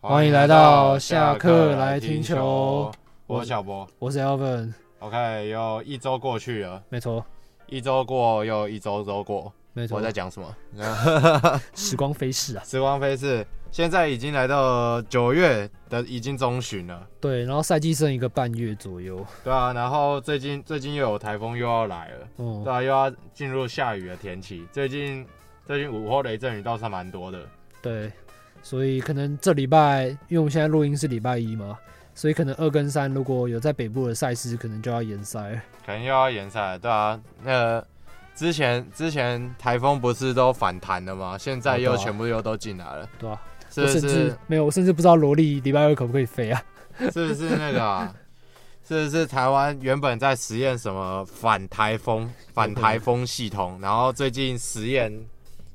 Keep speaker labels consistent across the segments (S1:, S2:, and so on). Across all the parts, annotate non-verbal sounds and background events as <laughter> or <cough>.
S1: 欢迎来到下课来听球，
S2: 我是小博。
S1: 我是 Elvin，
S2: OK，又一周过去了，
S1: 没错，
S2: 一周过又一周周过，
S1: 没错
S2: 我在，讲什么？
S1: 时光飞逝啊。
S2: <laughs> 时光飞逝，现在已经来到九月的已经中旬了，
S1: 对，然后赛季剩一个半月左右，
S2: 对啊。然后最近最近又有台风又要来了，
S1: 嗯
S2: 对，啊，又要进入下雨的天气。最近最近午后雷阵雨倒是蛮多的，
S1: 对，所以可能这礼拜，因为我们现在录音是礼拜一嘛，所以可能二跟三如果有在北部的赛事，可能就要延赛了。
S2: 可能又要延赛了，对啊。那、之前之前台风不是都反弹了吗？现在
S1: 哦
S2: 又
S1: 对啊
S2: 全部又都进来了，
S1: 对啊
S2: 是
S1: 我
S2: 不
S1: 甚
S2: 是
S1: 至？没有，我甚至不知道萝莉礼拜二可不可以飞啊？
S2: 是不是那个、啊？是不是台湾原本在实验什么反台风、反台风系统，然后最近实验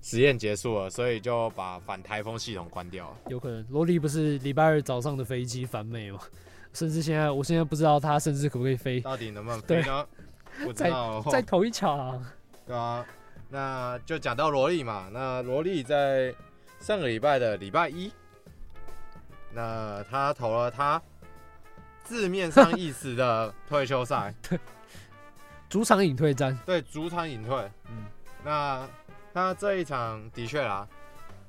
S2: 实验结束了，所以就把反台风系统关掉了。
S1: 有可能，萝莉不是礼拜二早上的飞机返美吗？甚至现在，我现在不知道她甚至可不可以飞，
S2: 到底能不能飞呢？不知道哦。
S1: 在头一场。
S2: 对啊，那就讲到萝莉嘛。那萝莉在上个礼拜的礼拜一，那他投了他字面上意思的退休赛。
S1: 主场隐退战，
S2: 对，主场隐退。
S1: 嗯
S2: 嗯，那他这一场的确啦，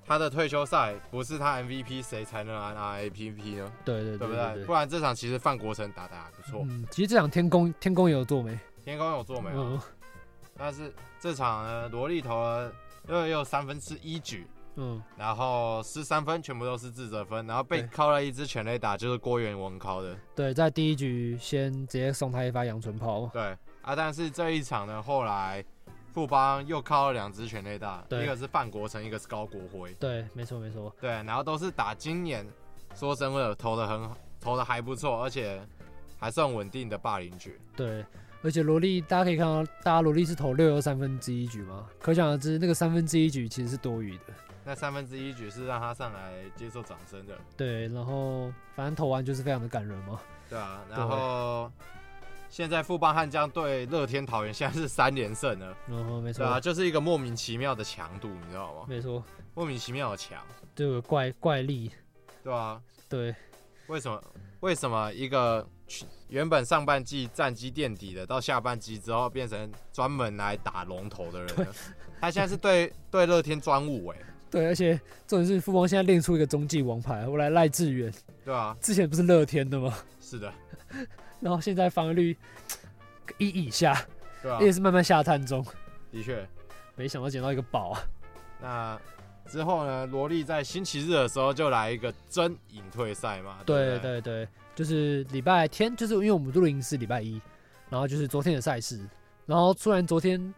S2: 他的退休赛不是他 MVP，谁才能拿拿 APP 呢？
S1: 对对
S2: 对不
S1: 对
S2: 对？
S1: 对
S2: 不然这场其实范国成打得还不错，
S1: 嗯，其实这场天宫天宫也有做没？
S2: 天空有做没有？
S1: 嗯
S2: 但是这场呢，罗莉投了又又三分之一局。
S1: 嗯，
S2: 然后失三分，全部都是自责分，然后被
S1: 对
S2: 敲了一支全垒打，就是郭元文敲的。
S1: 对，在第一局先直接送他一发阳春炮，
S2: 对啊，但是这一场呢，后来富邦又敲了两支全垒打，
S1: 对
S2: 一个是范国成，一个是高国辉。
S1: 对，没错没错，
S2: 对，然后都是打今年，说真的投的很好，投的还不错，而且还算稳定的霸凌局。
S1: 对。而且萝莉，大家可以看到，大家萝莉是投六又三分之一局嘛，可想而知，那个三分之一局其实是多余的。
S2: 那三分之一局是让他上来接受掌声的，
S1: 对，然后反正投完就是非常的感人嘛。
S2: 对啊。
S1: 对
S2: 然后现在富邦悍将对乐天桃园现在是三连胜了，
S1: 然后
S2: 对
S1: 没错，
S2: 啊，就是一个莫名其妙的强度，你知道吗？
S1: 没错，
S2: 莫名其妙的强，
S1: 就有怪怪力，
S2: 对啊。
S1: 对
S2: 为什么？为什么一个去原本上半季战绩垫底的，到下半季之后变成专门来打龙头的人呢？他现在是对对乐天专务哎、
S1: 对，而且重点是富邦现在练出一个中继王牌，我来赖志远，
S2: 对啊，
S1: 之前不是乐天的吗？ <laughs>
S2: 是的，
S1: 然后现在防御率一以下，
S2: 对啊，
S1: 也是慢慢下探中。
S2: 的确。
S1: 没想到捡到一个宝啊！
S2: 那之后呢，罗莉在星期日的时候就来一个真隐退赛嘛，
S1: 对
S2: 不对
S1: 对对，就是礼拜天，就是因为我们录音是礼拜一，然后就是昨天的赛事，然后虽然昨天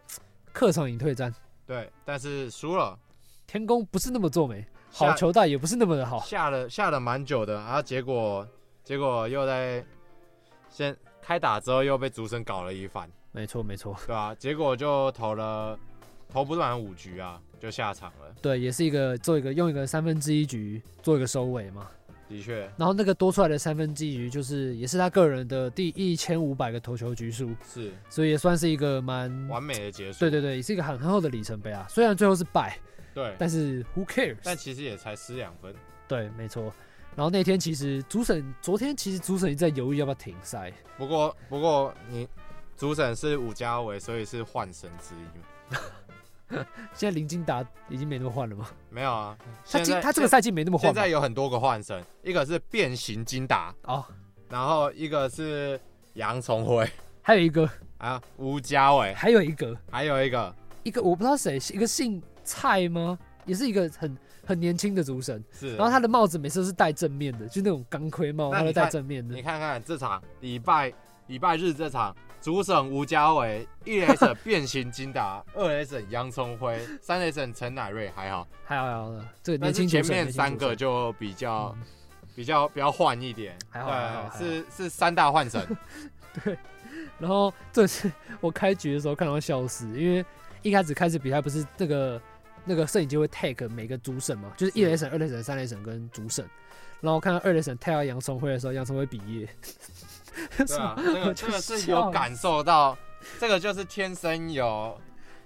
S1: 客场隐退战，
S2: 对，但是输了，
S1: 天宫不是那么做美，
S2: 下
S1: 好球带也不是那么的好，
S2: 下了下了蛮久的，然后结果结果又在先开打之后又被竹神搞了一番，
S1: 没错没错，
S2: 对吧、结果就投了投不满五局啊，就下场了。
S1: 对，也是一个做一个用一个三分之一局做一个收尾嘛，
S2: 的确
S1: 然后那个多出来的三分之一局就是也是他个人的第一千五百个投球局数，
S2: 是
S1: 所以也算是一个蛮。
S2: 完美的结束。
S1: 对对对，也是一个很厚的里程碑啊！虽然最后是败，
S2: 对，
S1: 但是 who cares？
S2: 但其实也才失两分。
S1: 对，没错。然后那天其实主审，昨天其实主审一直在犹豫要不要停赛，
S2: 不过不过你主审是伍家伟，所以是换神之一。
S1: 现在林金达已经没那么换了吗？
S2: 没有啊，
S1: 嗯他
S2: 现
S1: 今
S2: 在
S1: 他这个赛季没那么换
S2: 现
S1: 吧
S2: 在有很多个换神，一个是变形金打，
S1: 哦，
S2: 然后一个是杨崇辉
S1: 还有一个，
S2: 啊，吴家伟，
S1: 还有一个，
S2: 还有一个
S1: 一个我不知道谁，一个姓蔡吗？也是一个很很年轻的主审，
S2: 是。
S1: 然后他的帽子每次都是戴正面的，就那种钢盔帽，
S2: 那
S1: 他
S2: 你
S1: 都戴
S2: 看
S1: 正面的
S2: 你。看看这场礼拜礼拜日这场，主审吴家伟，一垒审变形金达，二垒审杨聪辉，三垒审陈乃瑞，还好，
S1: 还好还好的，这个年
S2: 但
S1: 轻
S2: 是
S1: 主审
S2: 前面三个
S1: 年轻主审
S2: 就比较、
S1: 嗯
S2: 比较比较换一点，
S1: 还好还好还好
S2: 对，是是三大
S1: <laughs>
S2: 换神，
S1: 然后这次我开局的时候看到笑死，因为一开始开始比赛不是那个那个摄影机会 take 每个主审嘛，就是一雷审、二雷审、三雷审跟主审。然后我看到二雷审 take 到杨松辉的时候，杨松辉毕业，
S2: 对啊，这
S1: 我
S2: 个
S1: 就
S2: 这个是
S1: 笑
S2: 有
S1: 了
S2: 感受到，这个就是天生有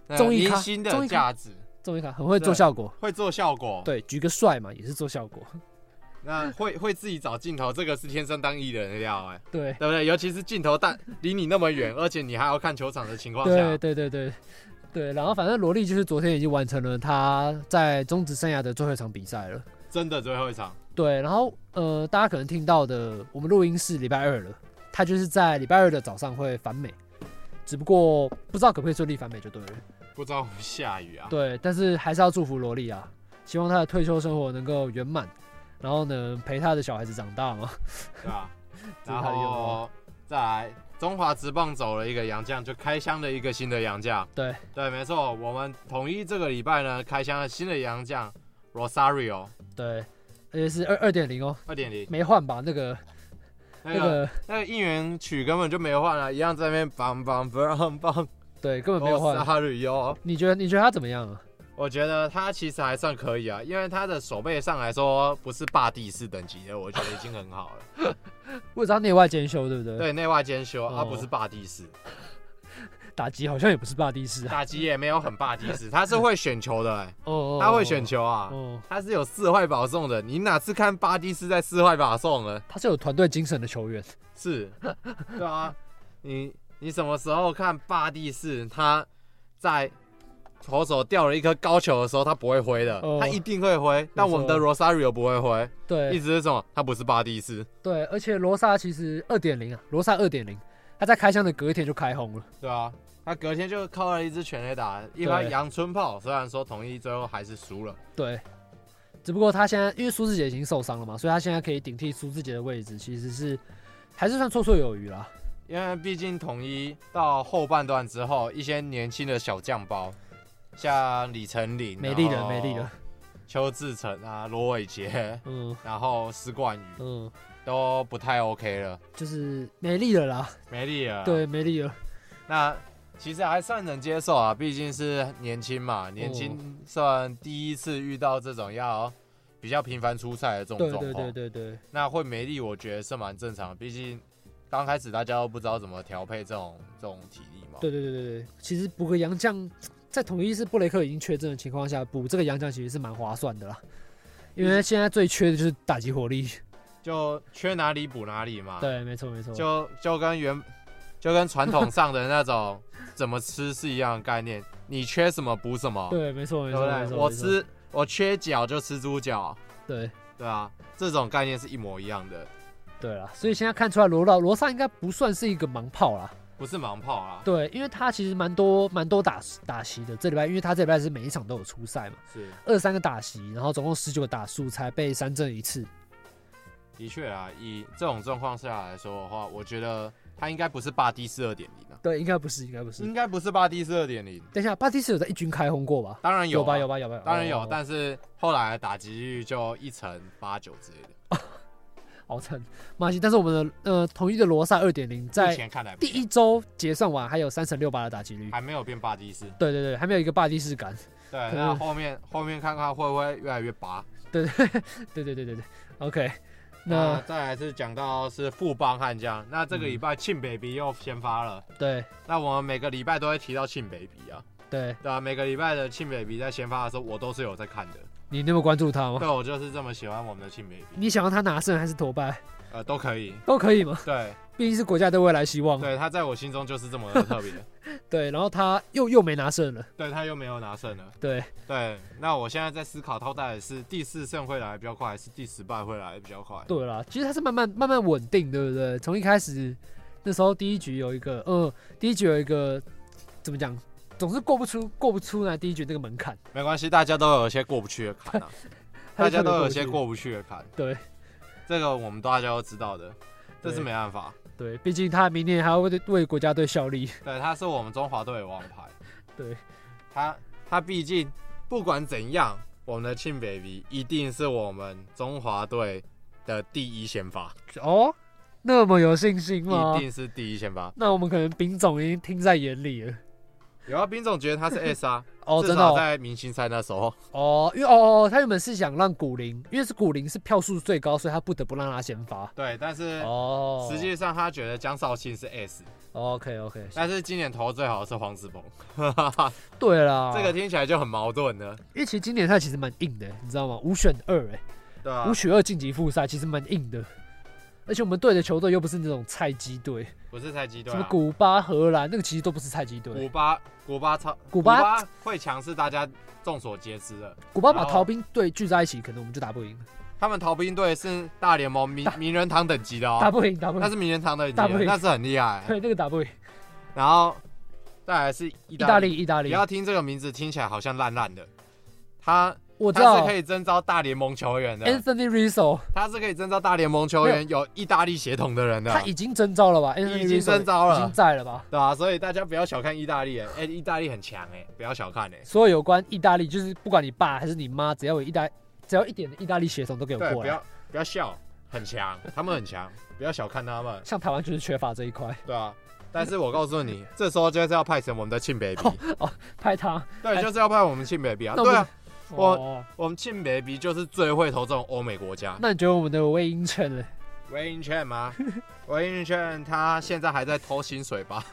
S2: 那个
S1: 综艺
S2: 明
S1: 咖
S2: 星
S1: 综
S2: 的
S1: 艺咖
S2: 价值，
S1: 终于看很会做效果，
S2: 会做效果，
S1: 对，举个帅嘛也是做效果，
S2: 那会会自己找镜头，这个是天生当艺人的料哎、
S1: <laughs> 对
S2: 对不对？尤其是镜头但离你那么远，而且你还要看球场的情况
S1: 对
S2: 下，
S1: 对对对对，然后反正罗莉就是昨天已经完成了他在中职生涯的最后一场比赛了。
S2: 真的最后一场，
S1: 对，然后呃，大家可能听到的，我们录音是礼拜二了，他就是在礼拜二的早上会返美，只不过不知道可不可以顺利返美就对了。
S2: 不知道会不会下雨啊？
S1: 对，但是还是要祝福萝莉啊，希望她的退休生活能够圆满，然后呢陪她的小孩子长大嘛。
S2: 对吧？
S1: <laughs> 这是
S2: 然
S1: 他的愿望
S2: 后再来，中华职棒走了一个洋将，就开箱了一个新的洋将。
S1: 对
S2: 对，没错，我们统一这个礼拜呢，开箱了新的洋将 Rosario
S1: 对，而且是二二点零哦，
S2: 二点零，
S1: 没换吧？那个
S2: 那
S1: 那
S2: 个
S1: 个
S2: 那个应援曲根本就没换啊，一样在那边棒棒棒棒
S1: 对，根本没有
S2: 哦啊
S1: 换。
S2: Rosario。
S1: 你觉得你觉得他怎么样啊？
S2: 我觉得他其实还算可以啊，因为他的手背上来说不是霸地士等级的，我觉得已经很好
S1: <laughs>
S2: 了。
S1: 我知道内外兼修，对不对？，
S2: 对，内外兼修，他、
S1: 哦
S2: 不是霸地士，
S1: 打击好像也不是霸地士啊。
S2: 打击也没有很霸地士，他是会选球的、欸，
S1: <laughs> 哦，
S2: 他会选球啊。
S1: 哦，
S2: 他是有四坏保送的，你哪次看巴蒂斯在四坏保送了？
S1: 他是有团队精神的球员。
S2: 是，对啊，你你什么时候看巴蒂斯他在投手掉了一颗高球的时候，他不会挥的，
S1: 哦
S2: 他一定会挥。但我们的 Rosario 不会挥，意
S1: 对
S2: 思是什么？他不是巴蒂斯，
S1: 对，而且罗莎其实二点零啊，罗莎二点零，他在开箱的隔一天就开轰了。
S2: 对啊，他隔天就靠了一支全垒打，一发
S1: 对
S2: 阳春炮。虽然说统一最后还是输了，
S1: 对，只不过他现在因为苏志杰已经受伤了嘛，所以他现在可以顶替苏志杰的位置，其实是还是算绰绰有余啦。
S2: 因为毕竟统一到后半段之后，一些年轻的小酱包，像李成林、
S1: 美丽
S2: 然
S1: 人，
S2: 后
S1: 美丽人，
S2: 邱志成啊、罗伟杰， <laughs>
S1: 嗯
S2: 然后施冠宇
S1: 嗯，
S2: 都不太 OK 了，
S1: 就是美丽了啦，
S2: 没力了。，
S1: 对，美丽了，
S2: 那其实还算能接受啊，毕竟是年轻嘛，年
S1: 哦
S2: 轻算第一次遇到这种要比较频繁出赛的这种
S1: 对
S2: 状
S1: 对对
S2: 况，
S1: 对对
S2: 那会没力，我觉得是蛮正常的，毕竟刚开始大家都不知道怎么调配这种这种体力嘛。
S1: 对对对对对，其实补个洋将，在统一是布雷克已经缺阵的情况下，补这个洋将其实是蛮划算的啦。因
S2: 嗯
S1: 为现在最缺的就是打击火力，
S2: 就缺哪里补哪里嘛。
S1: 对，没错没错，
S2: 啊就就跟原就跟传统上的那
S1: <laughs>
S2: 种怎么吃是一样的概念，你缺什么补什么，
S1: 对，没错没
S2: 对不
S1: 错没
S2: 对？
S1: 错，
S2: 我
S1: 没错，
S2: 吃我缺脚就吃猪脚，
S1: 对
S2: 对啊，这种概念是一模一样的，
S1: 对啦，所以现在看出来罗老罗萨应该不算是一个盲炮啦，
S2: 不是盲炮啊，
S1: 对，因为他其实蛮多蛮多打打席的，这礼拜因为他这礼拜是每一场都有出赛嘛，
S2: 是
S1: 二三个打席，然后总共十九个打数才被三振一次。
S2: 的确啊，以这种状况下来说的话，我觉得他应该不是霸地四二点零啊，
S1: 对，应该不是，应该不是。
S2: 应该不是霸地四二点零，
S1: 等一下，巴蒂斯有在一军开轰过吧？
S2: 当然有啊
S1: 吧，有吧，有吧，
S2: 当然有
S1: 哦，
S2: 但是后来打击率就一成八九之类的，
S1: 好惨，马西。但是我们的呃统一的罗萨二点零
S2: 目
S1: 在
S2: 前看来不
S1: 第一周结算完还有三成六八的打击率，
S2: 还没有变霸地四。
S1: 对对对，还没有一个巴蒂斯感。 <laughs>
S2: 对，
S1: 可
S2: 那
S1: 能
S2: 后面后面看看会不会越来越拔。
S1: 对对对对对，OK，
S2: 那、
S1: 那嗯
S2: 再来是讲到是富邦悍将，那这个礼拜庆 baby 又先发了。
S1: 对
S2: 那我们每个礼拜都会提到庆 baby 啊，
S1: 对，
S2: 对啊，每个礼拜的庆 baby 在先发的时候，我都是有在看的。
S1: 你那么关注他吗？
S2: 对，我就是这么喜欢我们的庆 baby，
S1: 哦你想要他拿胜还是投败
S2: 呃，都可以。
S1: 都可以吗？
S2: 对，
S1: 毕竟是国家队未来希望嘛。
S2: 对他在我心中就是这么的特别。
S1: 对，然后他又又没拿胜了。
S2: 对他又没有拿胜了。
S1: 对，
S2: 对，那我现在在思考，到底是第四胜会来得比较快，还是第十败会来得比较快？
S1: 对啦，其实他是慢慢慢慢稳定，对不对？从一开始那时候第一局有一个，呃，第一局有一个怎么讲，总是过不出过不出来第一局那个门槛，
S2: 没关系，大家都有一些过不去的坎
S1: <laughs>
S2: 啊。
S1: 他
S2: 大
S1: 就
S2: 家
S1: 特别
S2: 都有
S1: 去
S2: 些。过不去的坎。
S1: 对，
S2: 这个我们大家都知道的，这
S1: 对
S2: 是没办法。
S1: 对，毕竟他明年还要为为国家队效
S2: <laughs>
S1: 力。
S2: 对，他是我们中华队的王牌。
S1: 对，
S2: 他他毕竟不管怎样，我们的庆 baby 一定是我们中华队的第一先发，
S1: 哦，那么有信心吗
S2: 一？定是第一先发。
S1: 那我们可能丙总已经听在眼里了。
S2: 有啊，兵总觉得他是 S 啊，
S1: <laughs> 哦，
S2: 至
S1: 真的
S2: 少
S1: 哦，
S2: 在明星赛那时候。
S1: 哦因为哦哦，哦他原本是想让古林，因为是古林是票数最高，所以他不得不让他先发。
S2: 对，但是
S1: 哦，
S2: 实际上他觉得江少庆是 S，
S1: OK OK，
S2: 但是今年投最好的是黄子鹏，
S1: 对啦，啊
S2: 这个听起来就很矛盾了。
S1: 因为其实今年赛其实蛮硬的，你知道吗？五选二哎、
S2: 对啊
S1: 五，取二晋级复赛，其实蛮硬的。而且我们队的球队又不是那种菜鸡队，
S2: 不是太极端
S1: 什么
S2: 啊。
S1: 古巴、荷兰，那个其实都不是菜鸡队
S2: 古。巴，古巴超，
S1: 古
S2: 古
S1: 巴
S2: 巴会强是大家众所皆知的。
S1: 古巴把
S2: 然后
S1: 逃兵队聚在一起，可能我们就打不赢，
S2: 他们逃兵队是大联盟名名人堂等级的
S1: 打
S2: 哦，
S1: 不赢，打不
S2: 那
S1: 赢。
S2: 是名人堂等级
S1: 大部
S2: 的，
S1: 分
S2: 那是很厉害。
S1: <laughs> 对，那个打不赢。
S2: 然后再来是意
S1: 意大
S2: 利，
S1: 利，意大
S2: 不
S1: 利，
S2: 要听这个名字听起来好像烂烂的，他
S1: 我知
S2: 他是
S1: 道哎
S2: 可。以征召大联盟球员的，
S1: Anthony Rizzo，
S2: 他是可以征召大联盟球员有意大利血统的人的
S1: 他，已经征召了吧？Anthony
S2: 啊已经
S1: Rizzo
S2: 征召了
S1: 已经在了吧？
S2: 对吧？所以大家不要小看意大利，哎哎，意大利很强哎，不要小看哎，
S1: 所有有关意大利，就是不管你爸还是你妈，只要有意大，只要一点的意大利血统都给我
S2: 对，
S1: 过
S2: 不
S1: 来。
S2: 要不要笑，很强， <laughs> 他们很强，不要小看他们，
S1: 像台湾就是缺乏这一块，
S2: 对啊。但是我告诉
S1: <laughs>
S2: 你，这时候就是要派成我们的庆 baby，
S1: 拍他。
S2: 对，就是要派我们庆 baby 啊，
S1: 哦哎那我
S2: 对
S1: 们
S2: 啊，我
S1: 哦
S2: 我们庆 baby 就是最会投这种欧美国
S1: <laughs>
S2: 家。
S1: 那你觉得我们的魏英成呢？
S2: 维英券
S1: <laughs>
S2: 吗？维英券他现在还在偷薪水
S1: <laughs>
S2: 吧？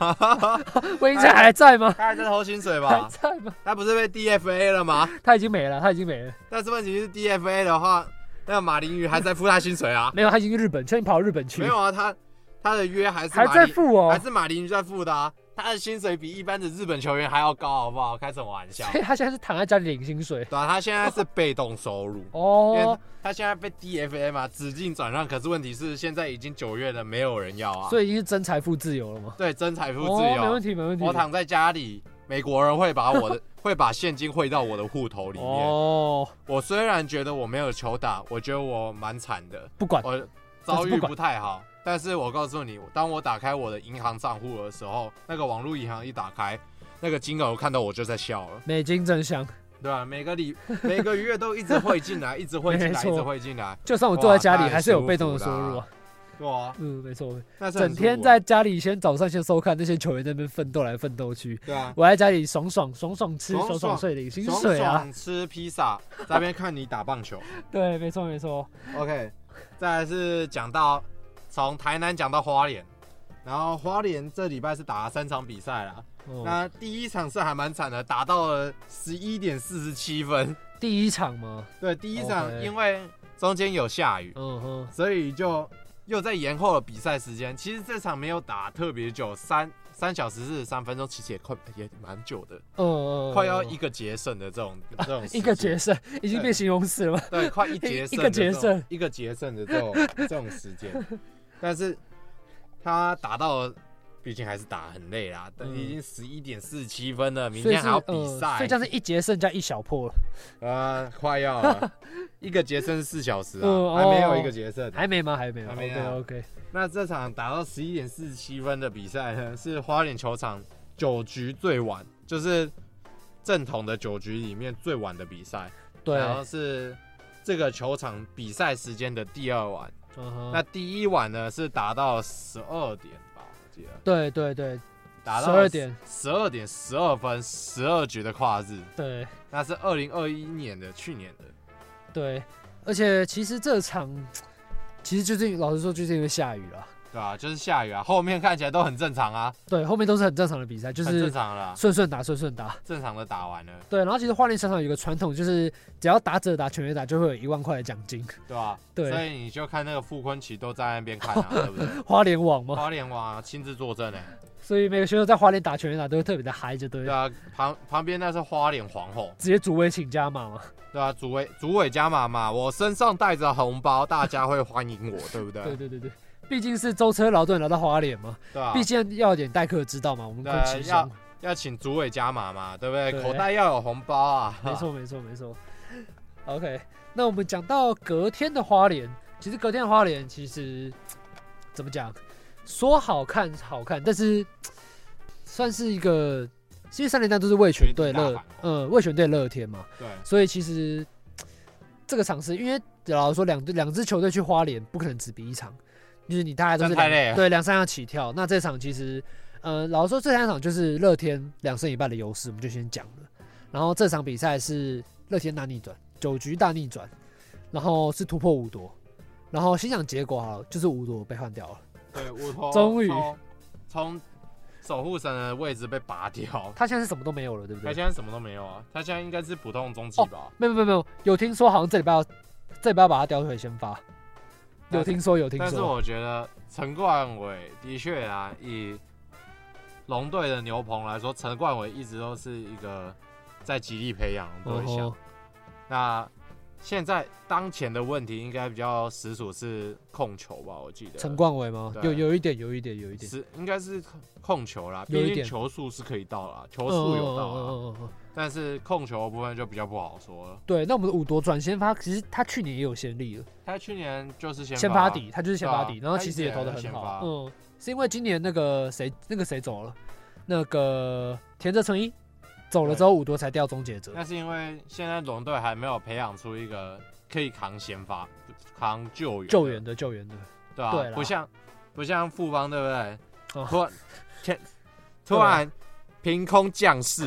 S1: 魏英成还在
S2: <laughs>
S1: 吗？
S2: 他还在偷薪水
S1: 还 <laughs>
S2: 吧？
S1: 在吗？
S2: 他不是被 DFA 了吗？
S1: 他已经没了，他已经没了。
S2: 但是问题是 DFA 的话，那个马林鱼还在付他薪水啊？
S1: 没有，他已经去日本，现在跑到日本去
S2: 没，有啊，他他的约还是
S1: 还
S2: 马
S1: 在
S2: 林
S1: 付哦
S2: 还。是马林鱼在付的啊。他的薪水比一般的日本球员还要高，好不好？开什么玩
S1: <laughs>
S2: 笑？
S1: 所以他现在是躺在家里领薪水
S2: 对啊，他现在是被动收入，因为
S1: <laughs> 哦，
S2: 他现在被 DFA 嘛，啊指定转让。可是问题是，现在已经九月了，没有人要啊。
S1: 所以已经是真财富自由了吗？
S2: 对，真财富自
S1: 哦，
S2: 由，
S1: 没问题，没问题。
S2: 我躺在家里，美国人会把
S1: <laughs>
S2: 我的会把现金汇到我的户头里面。
S1: 哦，
S2: 我虽然觉得我没有球打，我觉得我蛮惨的，
S1: 不 <laughs> 管
S2: 我遭
S1: 但是不
S2: 遇
S1: 管
S2: 不太好。但是我告诉你，当我打开我的银行账户的时候，那个网络银行一打开，那个金额我看到我就在笑了，
S1: 美金真香。
S2: 对吧、每个礼 <laughs> 每个月都一直汇进
S1: <laughs>
S2: 来，一直汇进
S1: 没
S2: 来，
S1: 错
S2: 一直汇进来，
S1: 就算我坐在家
S2: 哇
S1: 里，
S2: 太
S1: 还是有
S2: 舒服
S1: 被动的
S2: 啦
S1: 收入啊。
S2: 对啊，
S1: 嗯，没错。
S2: 那是很
S1: 整
S2: 舒服啊
S1: 天
S2: 的
S1: 在家里，先早上先收看那些球员在那边奋斗来奋斗去，
S2: 对啊，
S1: 我在家里爽爽爽爽吃，
S2: 爽
S1: 爽爽
S2: 爽
S1: 睡领薪
S2: 爽
S1: 水啊。
S2: 爽吃披萨，在那边看你打棒
S1: <laughs>
S2: 球。
S1: 对，没错没错。
S2: OK，再来是讲到从台南讲到花莲，然后花莲这礼拜是打了三场比赛啦。
S1: 哦
S2: 那第一场是还蛮惨的，打到了十一点四十七分。
S1: 第一场嘛，
S2: 对，第一场
S1: OK
S2: 因为中间有下雨，
S1: 嗯哼，
S2: 所以就又在延后了比赛时间。其实这场没有打特别久，三三小时四十三分钟，其实也快也蛮久的，
S1: 嗯嗯，嗯
S2: 快要一个节胜的这种这种时
S1: 啊一个
S2: 间
S1: 决胜，已经变形容词了吗？
S2: 对，快一节胜
S1: 一
S2: 的
S1: 个节
S2: 这种
S1: 胜，
S2: 一个节胜的这种这种时间，但是他打到，毕竟还是打很累啦，但
S1: 嗯
S2: 已经十一点四十七分了，明
S1: 所以
S2: 天
S1: 是
S2: 还要比
S1: 呃所
S2: 赛
S1: 以，这样是一节胜加一小破了，
S2: 呃，快要了，一个节胜四小时
S1: 嗯
S2: 啊，还没有
S1: <laughs> 哦
S2: 一个节胜。
S1: 还没吗？还没有。
S2: 还没啊
S1: OK
S2: 那这场打到十一点四十七分的比赛呢，是花莲球场九局最晚，就是正统的九局里面最晚的比赛，
S1: OK，对，
S2: 然后是这个球场比赛时间的第二晚。
S1: 嗯哼
S2: 那第一晚呢是打到十二点吧，我记得
S1: 对对对
S2: 打到
S1: 12点
S2: 十二点十二分十二局的跨日，
S1: 对
S2: 那是二零二一年的去年的，
S1: 对，而且其实这场其实就是老实说，就是因为下雨了。
S2: 对吧、就是下雨啊，后面看起来都很正常啊，
S1: 对，后面都是很正常的比赛，就
S2: 很
S1: 是
S2: 正常了啊，
S1: 顺顺打，顺顺打。
S2: 正常的打完了，
S1: 对，然后其实花莲商场有个传统，就是只要打者打全垒打就会有一万块的奖金。
S2: 对吧、
S1: 对
S2: 所以你就看那个傅昆奇都在那边
S1: <laughs>
S2: 看啊，对不对？
S1: 花莲网嘛，
S2: 花莲王亲自作证呢、欸
S1: 所以每个选手在花莲打全垒打都会特别的嗨，就对
S2: 对
S1: 了。
S2: 啊，旁旁边那是花莲皇后，
S1: 直接主委请加码嘛，
S2: 对啊，主委主委加妈妈，我身上带着红包，大家会欢迎我，对不对？
S1: 对对对对，毕竟是舟车劳顿来到花莲嘛，
S2: 对啊，
S1: 毕竟要有点待客之道嘛，我们
S2: 对
S1: 昆奇兄，
S2: 要请主委加码嘛，对不对？
S1: 对
S2: 口袋要有红包啊。
S1: <laughs> 没错没错没错。OK，那我们讲到隔天的花莲，其实隔天的花莲其实怎么讲，说好看好看，但是算是一个，因为三连单都是魏全队
S2: 全力
S1: 乐
S2: 大反，攻
S1: 嗯，魏全队乐天嘛，
S2: <laughs> 对
S1: 所以其实呃这个场是因为老实说，两队两支球队去花莲不可能只比一场，就是你大概都是
S2: 这样太
S1: 两
S2: 累了
S1: 对两三场起跳。那这场其实，呃，老实说这三场就是乐天两胜一败的优势，我们就先讲了。然后这场比赛是乐天大逆转，九局大逆转，然后是突破五夺，然后先讲结果好了，就是五夺被换掉了，
S2: 对，我从
S1: 终于
S2: 从从守护神的位置被拔掉，
S1: 他现在是什么都没有了，对不
S2: 他
S1: 对？
S2: 现在什么都没有啊，他现在应该是普通中继吧？
S1: 没有没有没有，有听说好像这礼拜要这礼拜把他调回先发。有听说有听
S2: 啊但是
S1: 说，
S2: 我觉得陈冠伟的确啊，以龙队的牛棚来说，陈冠伟一直都是一个在极力培养的对象。
S1: 哦
S2: 那现在当前的问题应该比较实属是控球吧，我记得
S1: 陈冠伟吗？
S2: 对
S1: 有有一点，有一点，有一点，
S2: 是应该是控球啦，
S1: 有一
S2: 毕竟
S1: 点
S2: 球速是可以到啦，球
S1: 嗯
S2: 速有到啦，
S1: 嗯嗯嗯嗯嗯
S2: 但是控球的部分就比较不好说了。
S1: 对，那我们的五夺转先发，其实他去年也有先例了，
S2: 他去年就是先
S1: 先
S2: 发
S1: 发底，他就是先
S2: 对啊
S1: 发底，然后
S2: 他
S1: 其
S2: 一
S1: 实也
S2: 直
S1: 投的
S2: 也
S1: 很
S2: 先
S1: 好
S2: 发，
S1: 嗯，是因为今年那个谁，那个谁走了，那个田泽纯一走了之后，五夺才调终结者，
S2: 那是因为现在龙队还没有培养出一个可以扛先发、扛救援、
S1: 救援，的救援的，
S2: 对吧、
S1: 对啦
S2: 不像不像富邦，对不对？
S1: 哦 <laughs>
S2: 突然天突然凭空降世，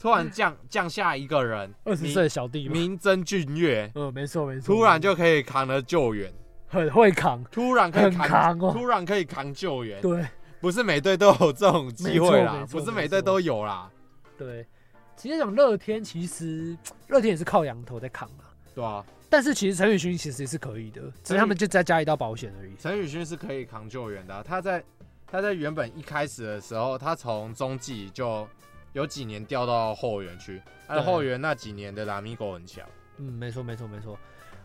S2: 突然降降下一个人，
S1: 二十
S2: 明
S1: 岁的小弟嘛，
S2: 明真俊岳，
S1: 嗯，没错没错，
S2: 突然就可以扛了救援，
S1: 很会扛，
S2: 突然可以
S1: 很
S2: 扛，
S1: 扛哦
S2: 突然可以扛救援，
S1: 对
S2: 不是每队都有这种机会啦
S1: 没错没，错
S2: 不是每
S1: 没错
S2: 队都有啦，
S1: 对，其实讲乐天，其实乐天也是靠羊头在扛啊，
S2: 对吧、
S1: 但是其实陈宇勋其实也是可以的，只是他们就再加一道保险而已，
S2: 陈宇勋是可以扛救援的啊、他在他在原本一开始的时候，他从中继就有几年调到后援区，而
S1: 对
S2: 后援那几年的拉米狗很强，
S1: 嗯，没错，没错，没错。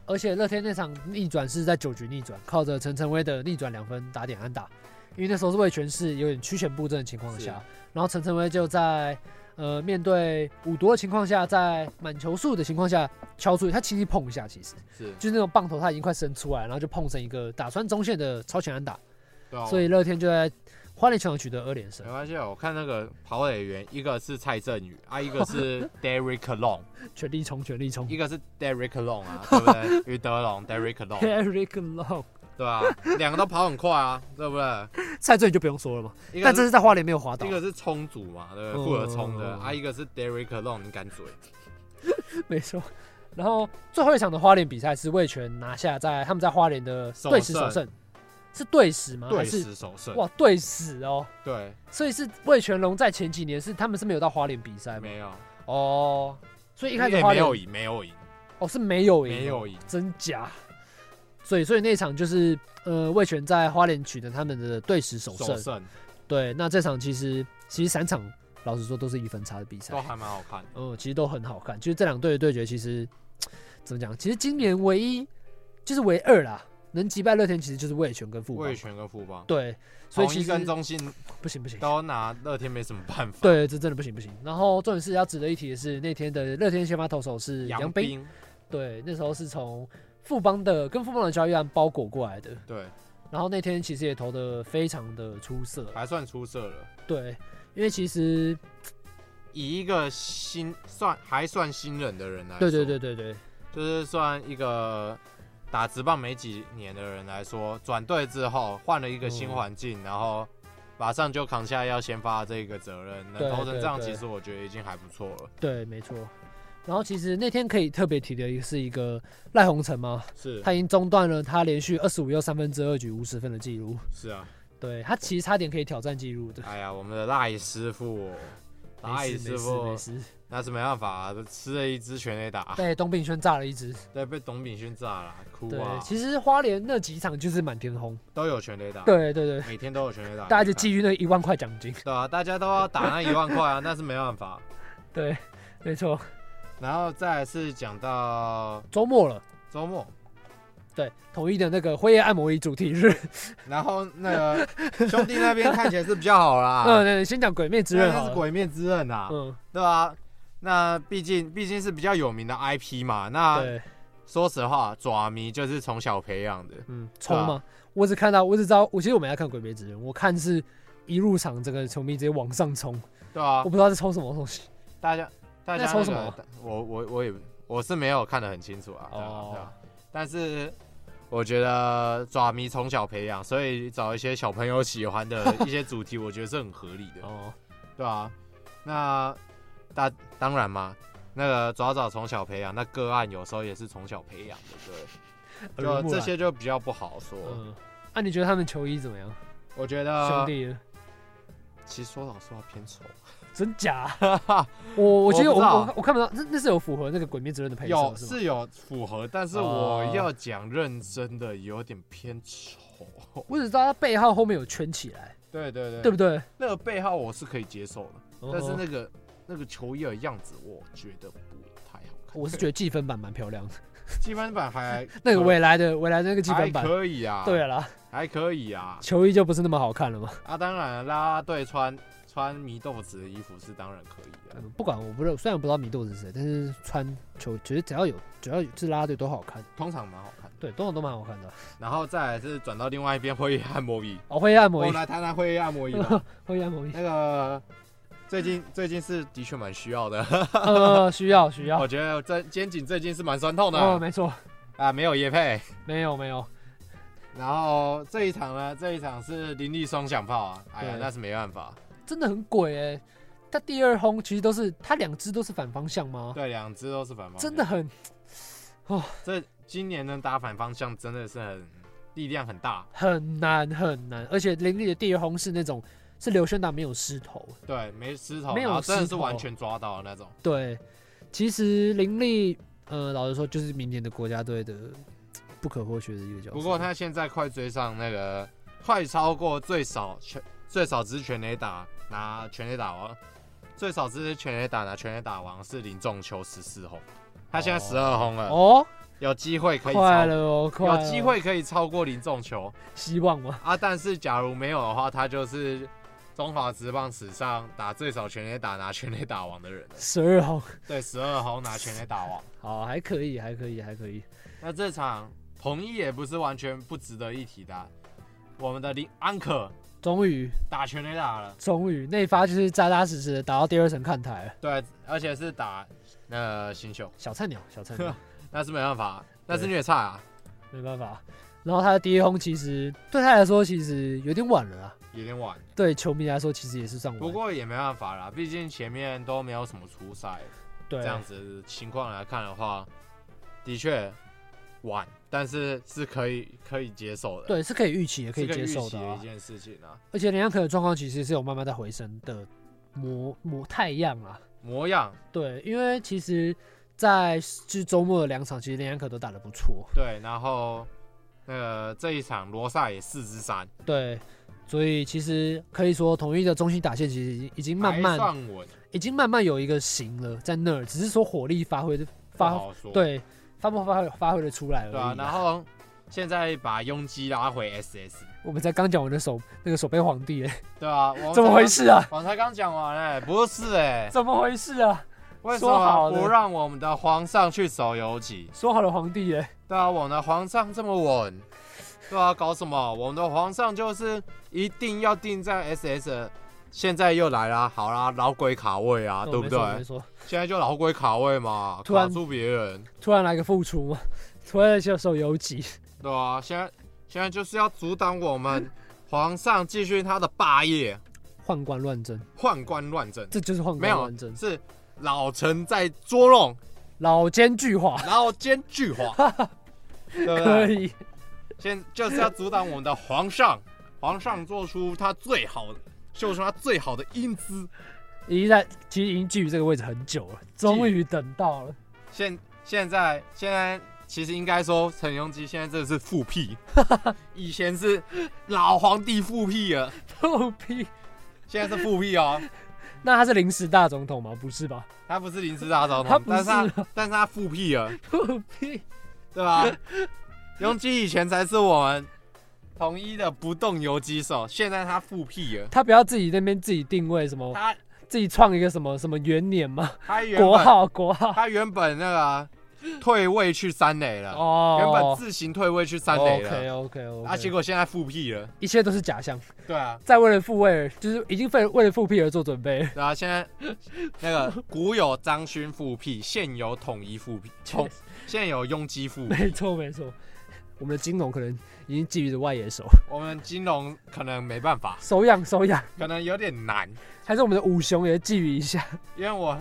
S1: 而且乐天那场逆转是在九局逆转，靠着陈晨威的逆转两分打点安打，因为那时候是魏权是有点趋前布阵的情况
S2: 是
S1: 下，然后陈晨威就在呃面对五夺的情况下，在满球数的情况下敲出去，他轻轻碰一下，其实
S2: 是，
S1: 就是那种棒头他已经快伸出来，然后就碰成一个打穿中线的超前安打，
S2: 对啊，
S1: 所以乐天就在花莲球场取得二连胜
S2: 没。关系啊。我看那个跑垒员，一个是蔡振宇啊，一个
S1: <laughs>
S2: 是 Derek Long，
S1: 全力冲，全力冲
S2: 一个是 Derek Long 啊，对不对？于德龙 Derek
S1: <laughs>
S2: Long，
S1: ！Eric Long，
S2: 对吧、两个都跑很快啊，对不对？
S1: 蔡振宇就不用说了嘛，
S2: 一
S1: 但
S2: 个
S1: 这
S2: 是
S1: 是在花莲没有滑倒
S2: 一，个是冲组嘛，对不
S1: 嗯
S2: 对？负责冲的
S1: 嗯
S2: 啊，一个是 Derek Long，你敢嘴？
S1: <laughs> 没错。然后最后一场的花莲比赛是魏权拿下在他们在花莲的
S2: 首胜
S1: 对时首胜，是对时吗？还
S2: 对
S1: 是
S2: 时首胜，
S1: 哇对时哦，
S2: 对，
S1: 所以是魏全龙在前几年是他们是没有到花莲比赛吗？
S2: 没有。
S1: 哦，所以一
S2: 一
S1: 开始花
S2: 没
S1: 莲
S2: 有赢，没有赢，
S1: 哦是没有赢，
S2: 没有赢，
S1: 真假？所以所以那场就是呃魏权在花莲取得他们的对时首
S2: 首
S1: 胜，
S2: 胜
S1: 对，那这场其实其实三场老实说都是一分差的比赛
S2: 都，还蛮好看的。
S1: 嗯，其实都很好看。就是这两队的对决，其实怎么讲？其实今年唯一就是唯二啦，能击败乐天，其实就是魏权跟富邦
S2: 魏。权跟富邦，
S1: 对，所以
S2: 统
S1: 其
S2: 一
S1: 实
S2: 跟中信
S1: 不行不行，
S2: 都拿乐天没什么办法。，
S1: 对，这真的不行不行。然后重点是要值得一提的是，那天的乐天先发投手是杨
S2: 杨
S1: 斌，
S2: 斌，
S1: 对，那时候是从富邦的跟富邦的交易案包裹过来的。
S2: 对，
S1: 然后那天其实也投的非常的出色，
S2: 还算出色了。
S1: 对，因为其实
S2: 以一个新算还算新人的人来说，
S1: 对对对，对对，
S2: 就是算一个打职棒没几年的人来说，转队之后换了一个
S1: 嗯
S2: 新环境，然后马上就扛下要先发这个责任，
S1: 对
S2: 能投成这样，
S1: 对对
S2: 其实我觉得已经还不错了。
S1: 对，没错。然后其实那天可以特别提的一个是一个赖鸿成嘛，
S2: 是
S1: 他已经中断了他连续二十五又三分之二局无十分的记录，
S2: 是啊，
S1: 对他其实差点可以挑战记录的。
S2: 哎呀，我们的赖师傅，赖
S1: <laughs>
S2: 哎师
S1: 没事没事
S2: 傅
S1: 没事，
S2: 那是没办法、啊，吃了一只全垒打， <laughs>
S1: 被东炳轩炸了一支。
S2: 对，被董炳勋炸了，哭
S1: 对
S2: 啊，，
S1: 其实花莲那几场就是满天轰。
S2: 都有全垒打，，
S1: 对对对，
S2: 每天都有全垒打，
S1: 大家就
S2: 你看
S1: 觊觎那一万块奖金。
S2: <laughs> 对啊，大家都要打那一万块啊， <laughs> 那是没办法。
S1: 对，没错。
S2: 然后再来是讲到
S1: 周末了，
S2: 周末，
S1: 对，统一的那个辉夜按摩椅主题日。
S2: 然后那
S1: <laughs>
S2: 个兄弟那边看起来是比较好啦，
S1: 嗯，对，先讲《鬼灭之刃》
S2: 啊那
S1: 好
S2: 是《
S1: 了。
S2: 鬼灭之刃》啊，
S1: 嗯，
S2: 对啊，那毕竟毕竟是比较有名的 IP 嘛，那
S1: 对，
S2: 说实话，爪迷就是从小培养的，
S1: 嗯，冲嘛！
S2: 啊
S1: 我只看到，我只知道，我其实我没在看《鬼灭之刃》，我看是一入场，整个球迷直接往上冲，
S2: 对啊
S1: 我，不知道在冲什么东西。
S2: 大家大家、
S1: 那
S2: 那
S1: 抽
S2: 个
S1: 什么？
S2: 我我我也我是没有看得很清楚啊。对啊
S1: 哦
S2: 对啊但是我觉得爪迷从小培养，所以找一些小朋友喜欢
S1: <laughs>
S2: 的一些主题，我觉得是很合理的，
S1: 哦，
S2: 对啊。那大当然嘛，那个爪爪从小培养，那个案有时候也是从小培养的，对。
S1: 耳
S2: 就
S1: 濡目
S2: 这
S1: 染
S2: 些就比较不好说。
S1: 嗯，那、你觉得他们球衣怎么样？
S2: 我觉
S1: 兄
S2: 得
S1: 弟，
S2: 其实说老实话偏丑，
S1: 真假？
S2: <laughs>
S1: 我我觉得
S2: 我不
S1: 我
S2: 知道
S1: 我我看不到，那那是有符合那个《鬼灭之刃》的配
S2: 有
S1: 色是吗？
S2: 是有符合，但是
S1: 哦
S2: 我要讲认真的，有点偏丑。
S1: <laughs> 我只知道它背号后面有圈起来，
S2: 对对对，
S1: 对不对？
S2: 那个背号我是可以接受的，但是
S1: 哦
S2: 那个那个球衣的样子，我觉得不太好看。
S1: 我是觉得计分版蛮漂亮的，
S2: <laughs> 积分版还
S1: <laughs> 那个未来的未来的那个计
S2: 还
S1: 分版，
S2: 可以啊，
S1: 对，了，
S2: 还可以啊。
S1: 球衣就不是那么好看了嘛。
S2: 啊，当然啦啦啦队穿穿迷豆子的衣服是当然可以的。
S1: 嗯不管我不知道，虽然不知道米豆子是谁，但是穿球其实只要有只要有是拉拉队都好看，
S2: 通常蛮好看的。
S1: 对，都都蛮好看的。
S2: 然后再来是转到另外一边灰衣按摩椅，
S1: 哦，灰暗
S2: 我
S1: 魔
S2: 们
S1: 衣，
S2: 来谈谈灰衣按摩椅
S1: <laughs>
S2: 吧。
S1: 灰暗魔衣，
S2: 那个最近最近是的确蛮需要的，
S1: 呃，需要需要
S2: 我，觉得这肩颈最近是蛮酸痛的、
S1: 哦，没错，
S2: 啊，没有叶配。
S1: 没有没有，
S2: 然后这一场呢，这一场是林立双响炮啊，哎呀，
S1: 对
S2: 那是没办法，
S1: 真的很鬼哎、他第二轰其实都是他两只都是反方向吗？
S2: 对，两只都是反方向，
S1: 哦真的，很
S2: 这今年能打反方向真的是很力量很大，
S1: 很难很难，而且林立的第二轰是那种是刘轩达没有失头，
S2: 对，没石头，
S1: 没有
S2: 然后真的
S1: 石
S2: 是
S1: 头
S2: 完全抓到的那种，
S1: 对，其实林立呃老实说就是明年的国家队的不可或缺的一个角色，
S2: 不过他现在快追上那个，快超过最少全最少只全垒打拿全垒打王，最少只全垒打拿全垒打王是林仲秋十四轰，他现在
S1: 哦
S2: 十二轰了，
S1: 哦
S2: 有机会可以
S1: 快
S2: 超，
S1: 了哦，快
S2: 有
S1: 了
S2: 机会可以超过林仲秋
S1: 希望吗？
S2: 啊！但是假如没有的话，他就是中华职棒史上打最少全垒打拿全垒打王的
S1: <laughs>
S2: 人了，
S1: 十二号，
S2: 对，十二轰拿全垒打王。
S1: 好，还可以，还可以，还可以。
S2: 那这场彭毅也不是完全不值得一提的啊、我们的林安可
S1: 终于，
S2: 打全垒打了。
S1: 终于内发就是扎扎实实的打到第二层看台了。
S2: 对，而且是打呃新秀，
S1: 小菜鸟，小菜鸟，
S2: 那是没办法，那是虐菜啊，
S1: 没办法。然后他的第一轰其实对他来说其实有点晚了啊，
S2: 有点晚，
S1: 对球迷来说其实也是算晚。
S2: 不过也没办法啦，毕竟前面都没有什么出赛，
S1: 对
S2: 这样子情况来看的话，的确晚，但是是可以可以接受的，，
S1: 对是可以预期也可
S2: 是
S1: 以
S2: 可以
S1: 接
S2: 预
S1: 受
S2: 期
S1: 的
S2: 的一
S1: 啊、
S2: 件事情啊，
S1: 而且林安可的状况其实是有慢慢在回升的模模太样啊。
S2: 模样
S1: 对，因为其实，在就是周末的两场，其实林安可都打得不错。
S2: 对，然后那个这一场罗萨也四支三，
S1: 对，所以其实可以说，统一的中心打线其实已经慢
S2: 还
S1: 慢，
S2: 算稳，
S1: 已经慢慢有一个型了，在那儿，只是说火力发挥的
S2: 不
S1: 发
S2: 好说，
S1: 对发不发挥发挥的出来而已
S2: 对啊，
S1: 啦。
S2: 然后现在把拥基拉回 SS。
S1: 我们才刚讲完的手那个手背皇帝、欸，
S2: 对啊，我
S1: 怎么回事啊？
S2: 我才刚讲完哎、不是哎、
S1: 怎么回事啊？
S2: 为什
S1: 说好
S2: 么
S1: 的
S2: 不让我们的皇上去手游棋？
S1: 说好的皇帝、欸，
S2: 对啊，我们的皇上这么稳，对啊，搞什么？我们的皇上就是一定要定在 SS，现在又来啦，好啦，老鬼卡位啊，
S1: 哦
S2: 对不
S1: 没
S2: 对
S1: 错？没错，
S2: 现在就老鬼卡位嘛，
S1: 突然
S2: 卡住别人，
S1: 突然来个付出嘛，突然就手游击，
S2: 对啊，现在现在就是要阻挡我们皇上继续他的霸业，
S1: 宦官乱政，
S2: 宦官乱政，
S1: 这就是宦
S2: 没
S1: 官
S2: 有
S1: 乱政，
S2: 是老臣在捉弄。
S1: 老奸巨猾，
S2: 然后兼具
S1: <laughs>
S2: 化，对啊不
S1: 可
S2: 对？
S1: 以，
S2: 现就是要阻挡我们的皇上，皇上做出他最好的，秀出他最好的英姿。
S1: 已经在其实已经觊觎这个位置很久了，终于等到了。
S2: 现现在现在其实应该说陈镛基现在真的是复辟，以前是老皇帝复辟了，
S1: 臭屁！
S2: 现在是复辟哦。
S1: 那他是临时大总统吗？不是吧？
S2: 他不是临时大总
S1: 他
S2: 统，
S1: 不
S2: 但是
S1: 是啊
S2: 他但是他复辟了，
S1: 臭屁！
S2: 对吧？镛基以前才是我们统一的不动游击手，现在他复辟了，
S1: 他不要自己那边自己定位什么，
S2: 他
S1: 自己创一个什么什么元年吗？
S2: 他原
S1: 国
S2: 本
S1: 号国号
S2: <laughs> 他原本那个啊、退位去三垒了，
S1: 哦，
S2: 原本自行退位去三垒
S1: OK
S2: 了，
S1: OK OK，
S2: 啊，结果现在复辟了。
S1: 一切都是假象，
S2: 对啊，
S1: 在为了复位而，就是已经为了为了复辟而做准备了。
S2: 对啊，现在那个古有张勋复辟，现有统一
S1: <laughs>
S2: 复辟，统现有拥基复辟。
S1: <laughs> 没错没错，我们的金融可能已经觊觎着外野手，
S2: 我们金融可能没办法，
S1: 手痒手痒，
S2: 可能有点难，
S1: 还是我们的五雄也觊觎一下。
S2: 因为我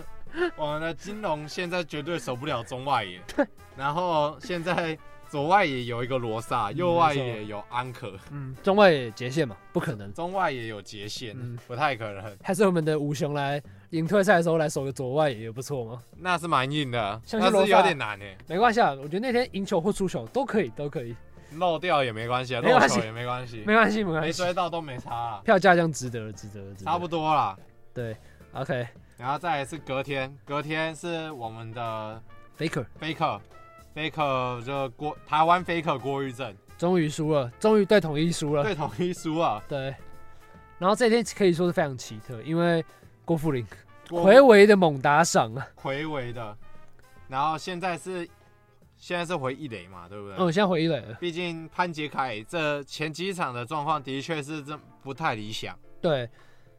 S2: 我们的金融现在绝对守不了中外野。然后现在左外野有一个罗萨，
S1: 嗯
S2: 右外
S1: 没错
S2: 野有安可，
S1: 嗯，中外野截线嘛，不可能，
S2: 中外野有杰线，
S1: 嗯
S2: 不太可能，
S1: 还是我们的吴雄来赢退赛的时候来守个左外野也不错嘛。
S2: 那是蛮硬的，
S1: 像是
S2: 那
S1: 罗
S2: 是
S1: 萨
S2: 有点难欸诶，
S1: 没关系啊，我觉得那天赢球或出球都可以，都可以，
S2: 漏掉也没关系啊，
S1: 没
S2: 漏
S1: 关系
S2: 球也没关系，
S1: 没关系，没关
S2: 没
S1: 系，
S2: 追到都没差啊，
S1: 票价这样值得了，值得了，值得了
S2: 差不多啦。
S1: 对，OK。
S2: 然后再来是隔天，隔天是我们的
S1: Faker
S2: 飞克，飞克就郭台湾飞克郭玉正
S1: 终于输了，终于对统一输了，
S2: 对统一输啊，
S1: 对。然后这天可以说是非常奇特，因为郭富林
S2: 郭
S1: 回违的猛打赏啊，
S2: 回围的，然后现在是现在是回一垒嘛，对不对？
S1: 嗯，我现在回一垒了，
S2: 毕竟潘杰凯这前几场的状况的确是这不太理想，
S1: 对。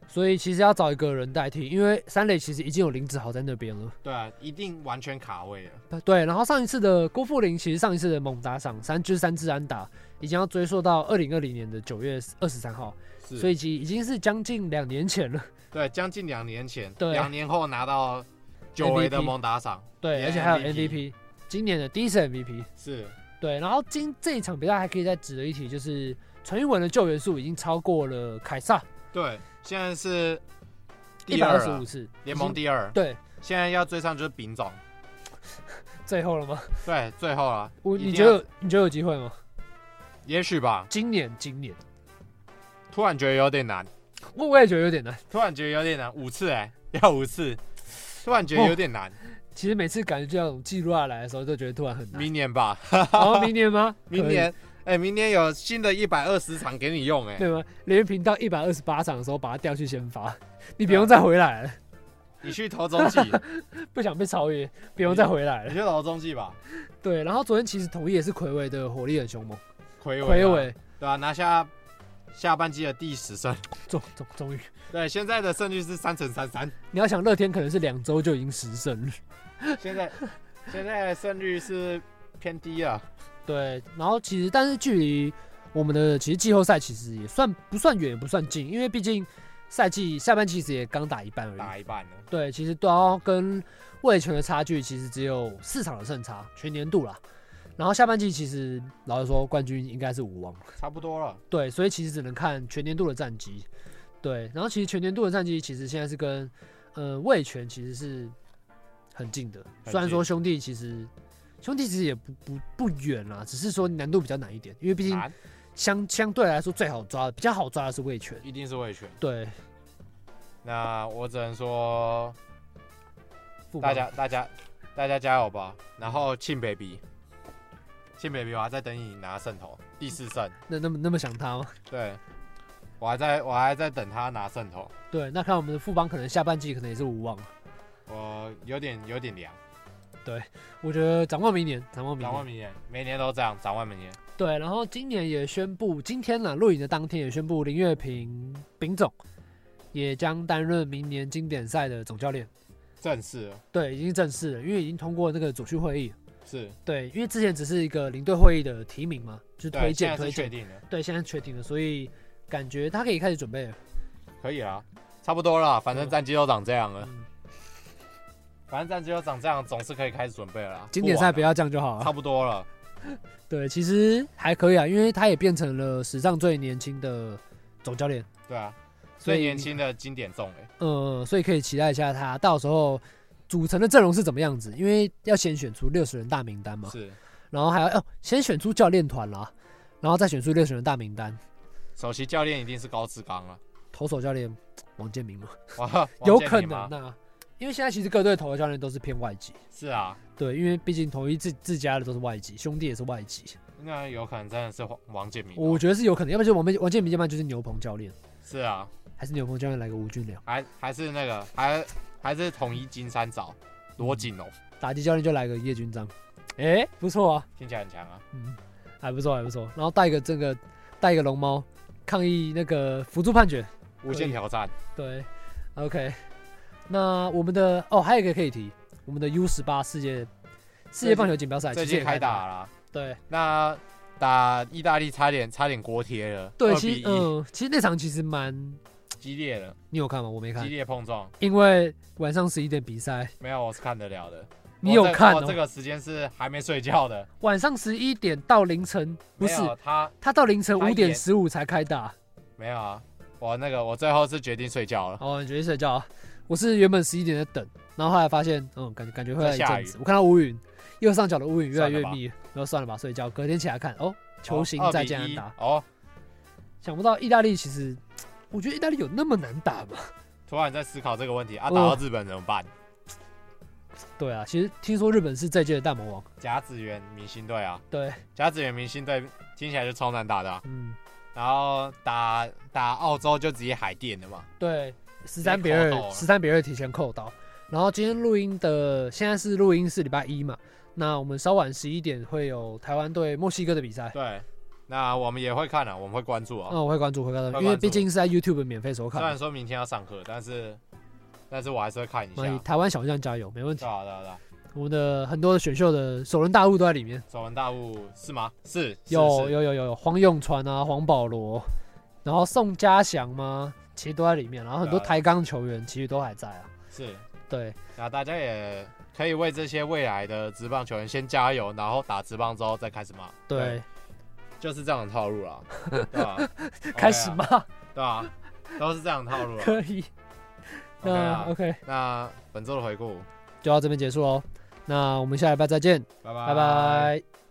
S1: 所以其实要找一个人代替，因为三垒其实已经有林子豪在那边了。
S2: 对啊，一定完全卡位了，
S1: 对，然后上一次的郭富林，其实上一次的猛打赏三支三支安打，已经要追溯到二零二零年的九月二十三号，
S2: 是，
S1: 所以其实已经是将近两年前了。
S2: 对将近两年前，
S1: 对
S2: 两年后拿到久违的蒙打赏，
S1: 对，
S2: 也
S1: 而且还有
S2: MVP
S1: MVP，今年的第一次 MVP。
S2: 是
S1: 对，然后今这一场比赛还可以再值得一提，就是陈玉文的救援数已经超过了凯撒
S2: 对，现在是
S1: 一
S2: 第
S1: 哎百二
S2: 二
S1: 十
S2: 了
S1: 五，次，
S2: 联盟
S1: 已经
S2: 第二，
S1: 对
S2: 现在要追上就是丙总，
S1: 最后了吗？
S2: 对，最后了，
S1: 我
S2: 一
S1: 你
S2: 定
S1: 觉得
S2: 要
S1: 有你觉得有机会吗？
S2: 也许吧，
S1: 今年今年，
S2: 突然觉得有点难，
S1: 我我也觉得有点难。
S2: 突然觉得有点难，五次哎、 <laughs> 要五次，突然觉得有点难，
S1: <laughs> 其实每次感觉这种记录下来的时候，都觉得突然很
S2: <laughs>
S1: 难。
S2: 明年吧，
S1: 然后明年吗？
S2: 明年哎、明年有新的一百二十场给你用哎、
S1: 可以对吗？连平到一百二十八场的时候，把他调去先发，你不用再回来了，
S2: 你去投中
S1: <laughs>
S2: 继，
S1: 不想被超越，不用再回来
S2: 你
S1: 了。
S2: 去投中继吧，
S1: 对，然后昨天其实统一也是魁伟的火力很凶猛，
S2: 魁伟，
S1: 魁，伟
S2: 对啊，拿下下半季的第十胜，
S1: 终终终于
S2: 对，现在的胜率是三乘三三，
S1: 你要想乐天可能是两周就已经十胜了，
S2: 现
S1: <laughs>
S2: 在现在的胜率是偏低啊了，
S1: 对。然后其实但是距离我们的其实季后赛其实也算不算远也不算近，因为毕竟赛季下半季其实也刚打一半而已。
S2: 打一半了，
S1: 对，其实都要跟魏权的差距其实只有四场的胜差，全年度啦。然后下半季其实老实说，冠军应该是武王，
S2: 差不多了，
S1: 对，所以其实只能看全年度的战绩。对，然后其实全年度的战绩其实现在是跟呃魏权其实是很近的，
S2: 很
S1: 虽然说
S2: 近
S1: 兄弟其实兄弟其实也不不不远啦，只是说难度比较难一点，因为毕竟
S2: 难，
S1: 相相对来说最好抓的比较好抓的是魏权。
S2: 一定是魏权，
S1: 对，
S2: 那我只能说。
S1: 富
S2: 大
S1: 邦
S2: 家大家大家加油吧！然后庆 baby，庆 baby，我还在等你拿胜投第四胜，
S1: 那那么那么想他吗？
S2: 对我还在我还在等他拿胜投，
S1: 对，那看我们的富邦可能下半季可能也是无望了，
S2: 我有点有点凉。
S1: 我觉得展望明年，展望明
S2: 展
S1: 年
S2: 望。明年，每年都这样，展望明年。
S1: 对，然后今年也宣布，今天啊呢录影的当天也宣布林月平丙总也将担任明年经典赛的总教练。
S2: 正式了
S1: 对，已经正式了，因为已经通过那个组训会议。
S2: 是
S1: 对，因为之前只是一个领队会议的提名嘛，就是推
S2: 对，现
S1: 荐
S2: 在
S1: 推
S2: 是确
S1: 荐。
S2: 定的，
S1: 对，现在确定了，所以感觉他可以开始准备了。
S2: 可以啊啦，差不多啦，反正战绩都长这样了，
S1: 嗯，
S2: 反正战绩都长这样，总是可以开始准备了啦。
S1: 经典赛不
S2: 晚
S1: 要这啊样就好
S2: 了，
S1: 了。
S2: 差不多了，
S1: 对，其实还可以啊，因为他也变成了史上最年轻的总教练，
S2: 对啊，
S1: 所
S2: 最
S1: 以
S2: 年轻的经典中哎，
S1: 呃，所以可以期待一下他到时候组成的阵容是怎么样子，因为要先选出六十人大名单嘛，
S2: 是
S1: 然后还要哦，先选出教练团啦，然后再选出六十人大名单，
S2: 首席教练一定是高志刚
S1: <laughs>
S2: 了，
S1: 投手教练王建民嘛，
S2: 哇王
S1: 有
S2: 建
S1: 可
S2: 民吗
S1: 能啊，因为现在其实各队投的教练都是偏外籍，
S2: 是啊，
S1: 对，因为毕竟统一自自家的都是外籍，兄弟也是外籍，
S2: 那有可能真的是王王建民哦、
S1: 我觉得是有可能，要不然就王建王建民，要不然就是牛棚教练，
S2: 是啊，
S1: 还是牛棚教练来个吴俊良，
S2: 还还是那个，还还是统一金三找罗锦哦龙，
S1: 打击教练就来个叶军章，哎、不错啊，
S2: 听起来很强啊。
S1: 嗯，还不错，还不错。然后带一个这个带一个龙猫抗议那个辅助判决，
S2: 无限挑战，
S1: 对，OK。那我们的哦，还有一个可以提，我们的 U 十八世界世界棒球锦标赛
S2: 最
S1: 哎其实
S2: 近
S1: 也
S2: 开
S1: 开
S2: 打
S1: 打，
S2: 了，
S1: 对
S2: 那打意大利差点差点锅贴了，
S1: 对，
S2: 2
S1: 其实
S2: 比一
S1: 嗯，其实那场其实蛮，
S2: 激烈了，
S1: 你有看吗？我没
S2: 激
S1: 看，
S2: 烈碰撞，
S1: 因为晚上十一点比赛，
S2: 没有我是看得了的，
S1: 你有看
S2: 我
S1: 哦
S2: 这个时间是还没睡觉的，
S1: 晚上十一点到凌晨，不是
S2: 没有他
S1: 他到凌晨
S2: 他
S1: 五点
S2: 演
S1: 十五才开打。
S2: 没有啊，我那个我最后是决定睡觉了。
S1: 哦，你决定睡觉啊？我是原本十一点在等，然后后来发现，嗯，感觉感觉会来一
S2: 在下
S1: 阵
S2: 雨
S1: 子。我看到乌云，右上角的乌云越来
S2: 算了
S1: 越
S2: 吧
S1: 密，然后算了吧，睡觉。隔天起来看，哦，球形
S2: 哦
S1: 在加拿大。
S2: 2-1哦，
S1: 想不到意大利其实，我觉得意大利有那么难打吗？
S2: 突然在思考这个问题啊，
S1: 哦
S2: 打到日本怎么办？
S1: 对啊，其实听说日本是这届的大魔王。
S2: 甲子园明星队啊，
S1: 对，
S2: 甲子园明星队听起来就超难打的啊、
S1: 嗯，
S2: 然后打打澳洲就直接海淀的嘛，
S1: 对，十三比
S2: 被扣啊到
S1: 二，
S2: 了
S1: 十三比二提前扣到。然后今天录音的现在是录音是礼拜一嘛，那我们稍晚十一点会有台湾对墨西哥的比赛。
S2: 对，那我们也会看啊，我们会关注啊。
S1: 嗯，我会关注，会关注，
S2: 会
S1: 因为
S2: 关注
S1: 毕竟是在 YouTube 免费收
S2: 虽
S1: 看嘛。
S2: 然说明天要上课，但是但是我还是会看一下。
S1: 所以台湾小将加油，没问题
S2: 对。啊对啊对啊，
S1: 我们的很多的选秀的首轮大物都在里面，
S2: 首文大雾是吗？是，是
S1: 有
S2: 是
S1: 有有有有黄永传啊、黄保罗，然后宋家祥嘛，其实都在里面，然后很多
S2: 对啊
S1: 台钢球员其实都还在啊。
S2: 是，
S1: 对，
S2: 那大家也可以为这些未来的职棒球员先加油，然后打职棒之后再开始骂。
S1: 对，
S2: 就是这样的套路
S1: <laughs>
S2: 啦，对吧、
S1: 开始
S2: OK 啊
S1: 骂、
S2: 对啊，都是这样的套路
S1: <laughs>
S2: 啦。
S1: 可以。
S2: OK
S1: 那
S2: 啊，
S1: 嗯 OK
S2: 那本周的回顾，
S1: 就到这边结束喽，那我们下礼拜再见，
S2: 拜
S1: 拜拜。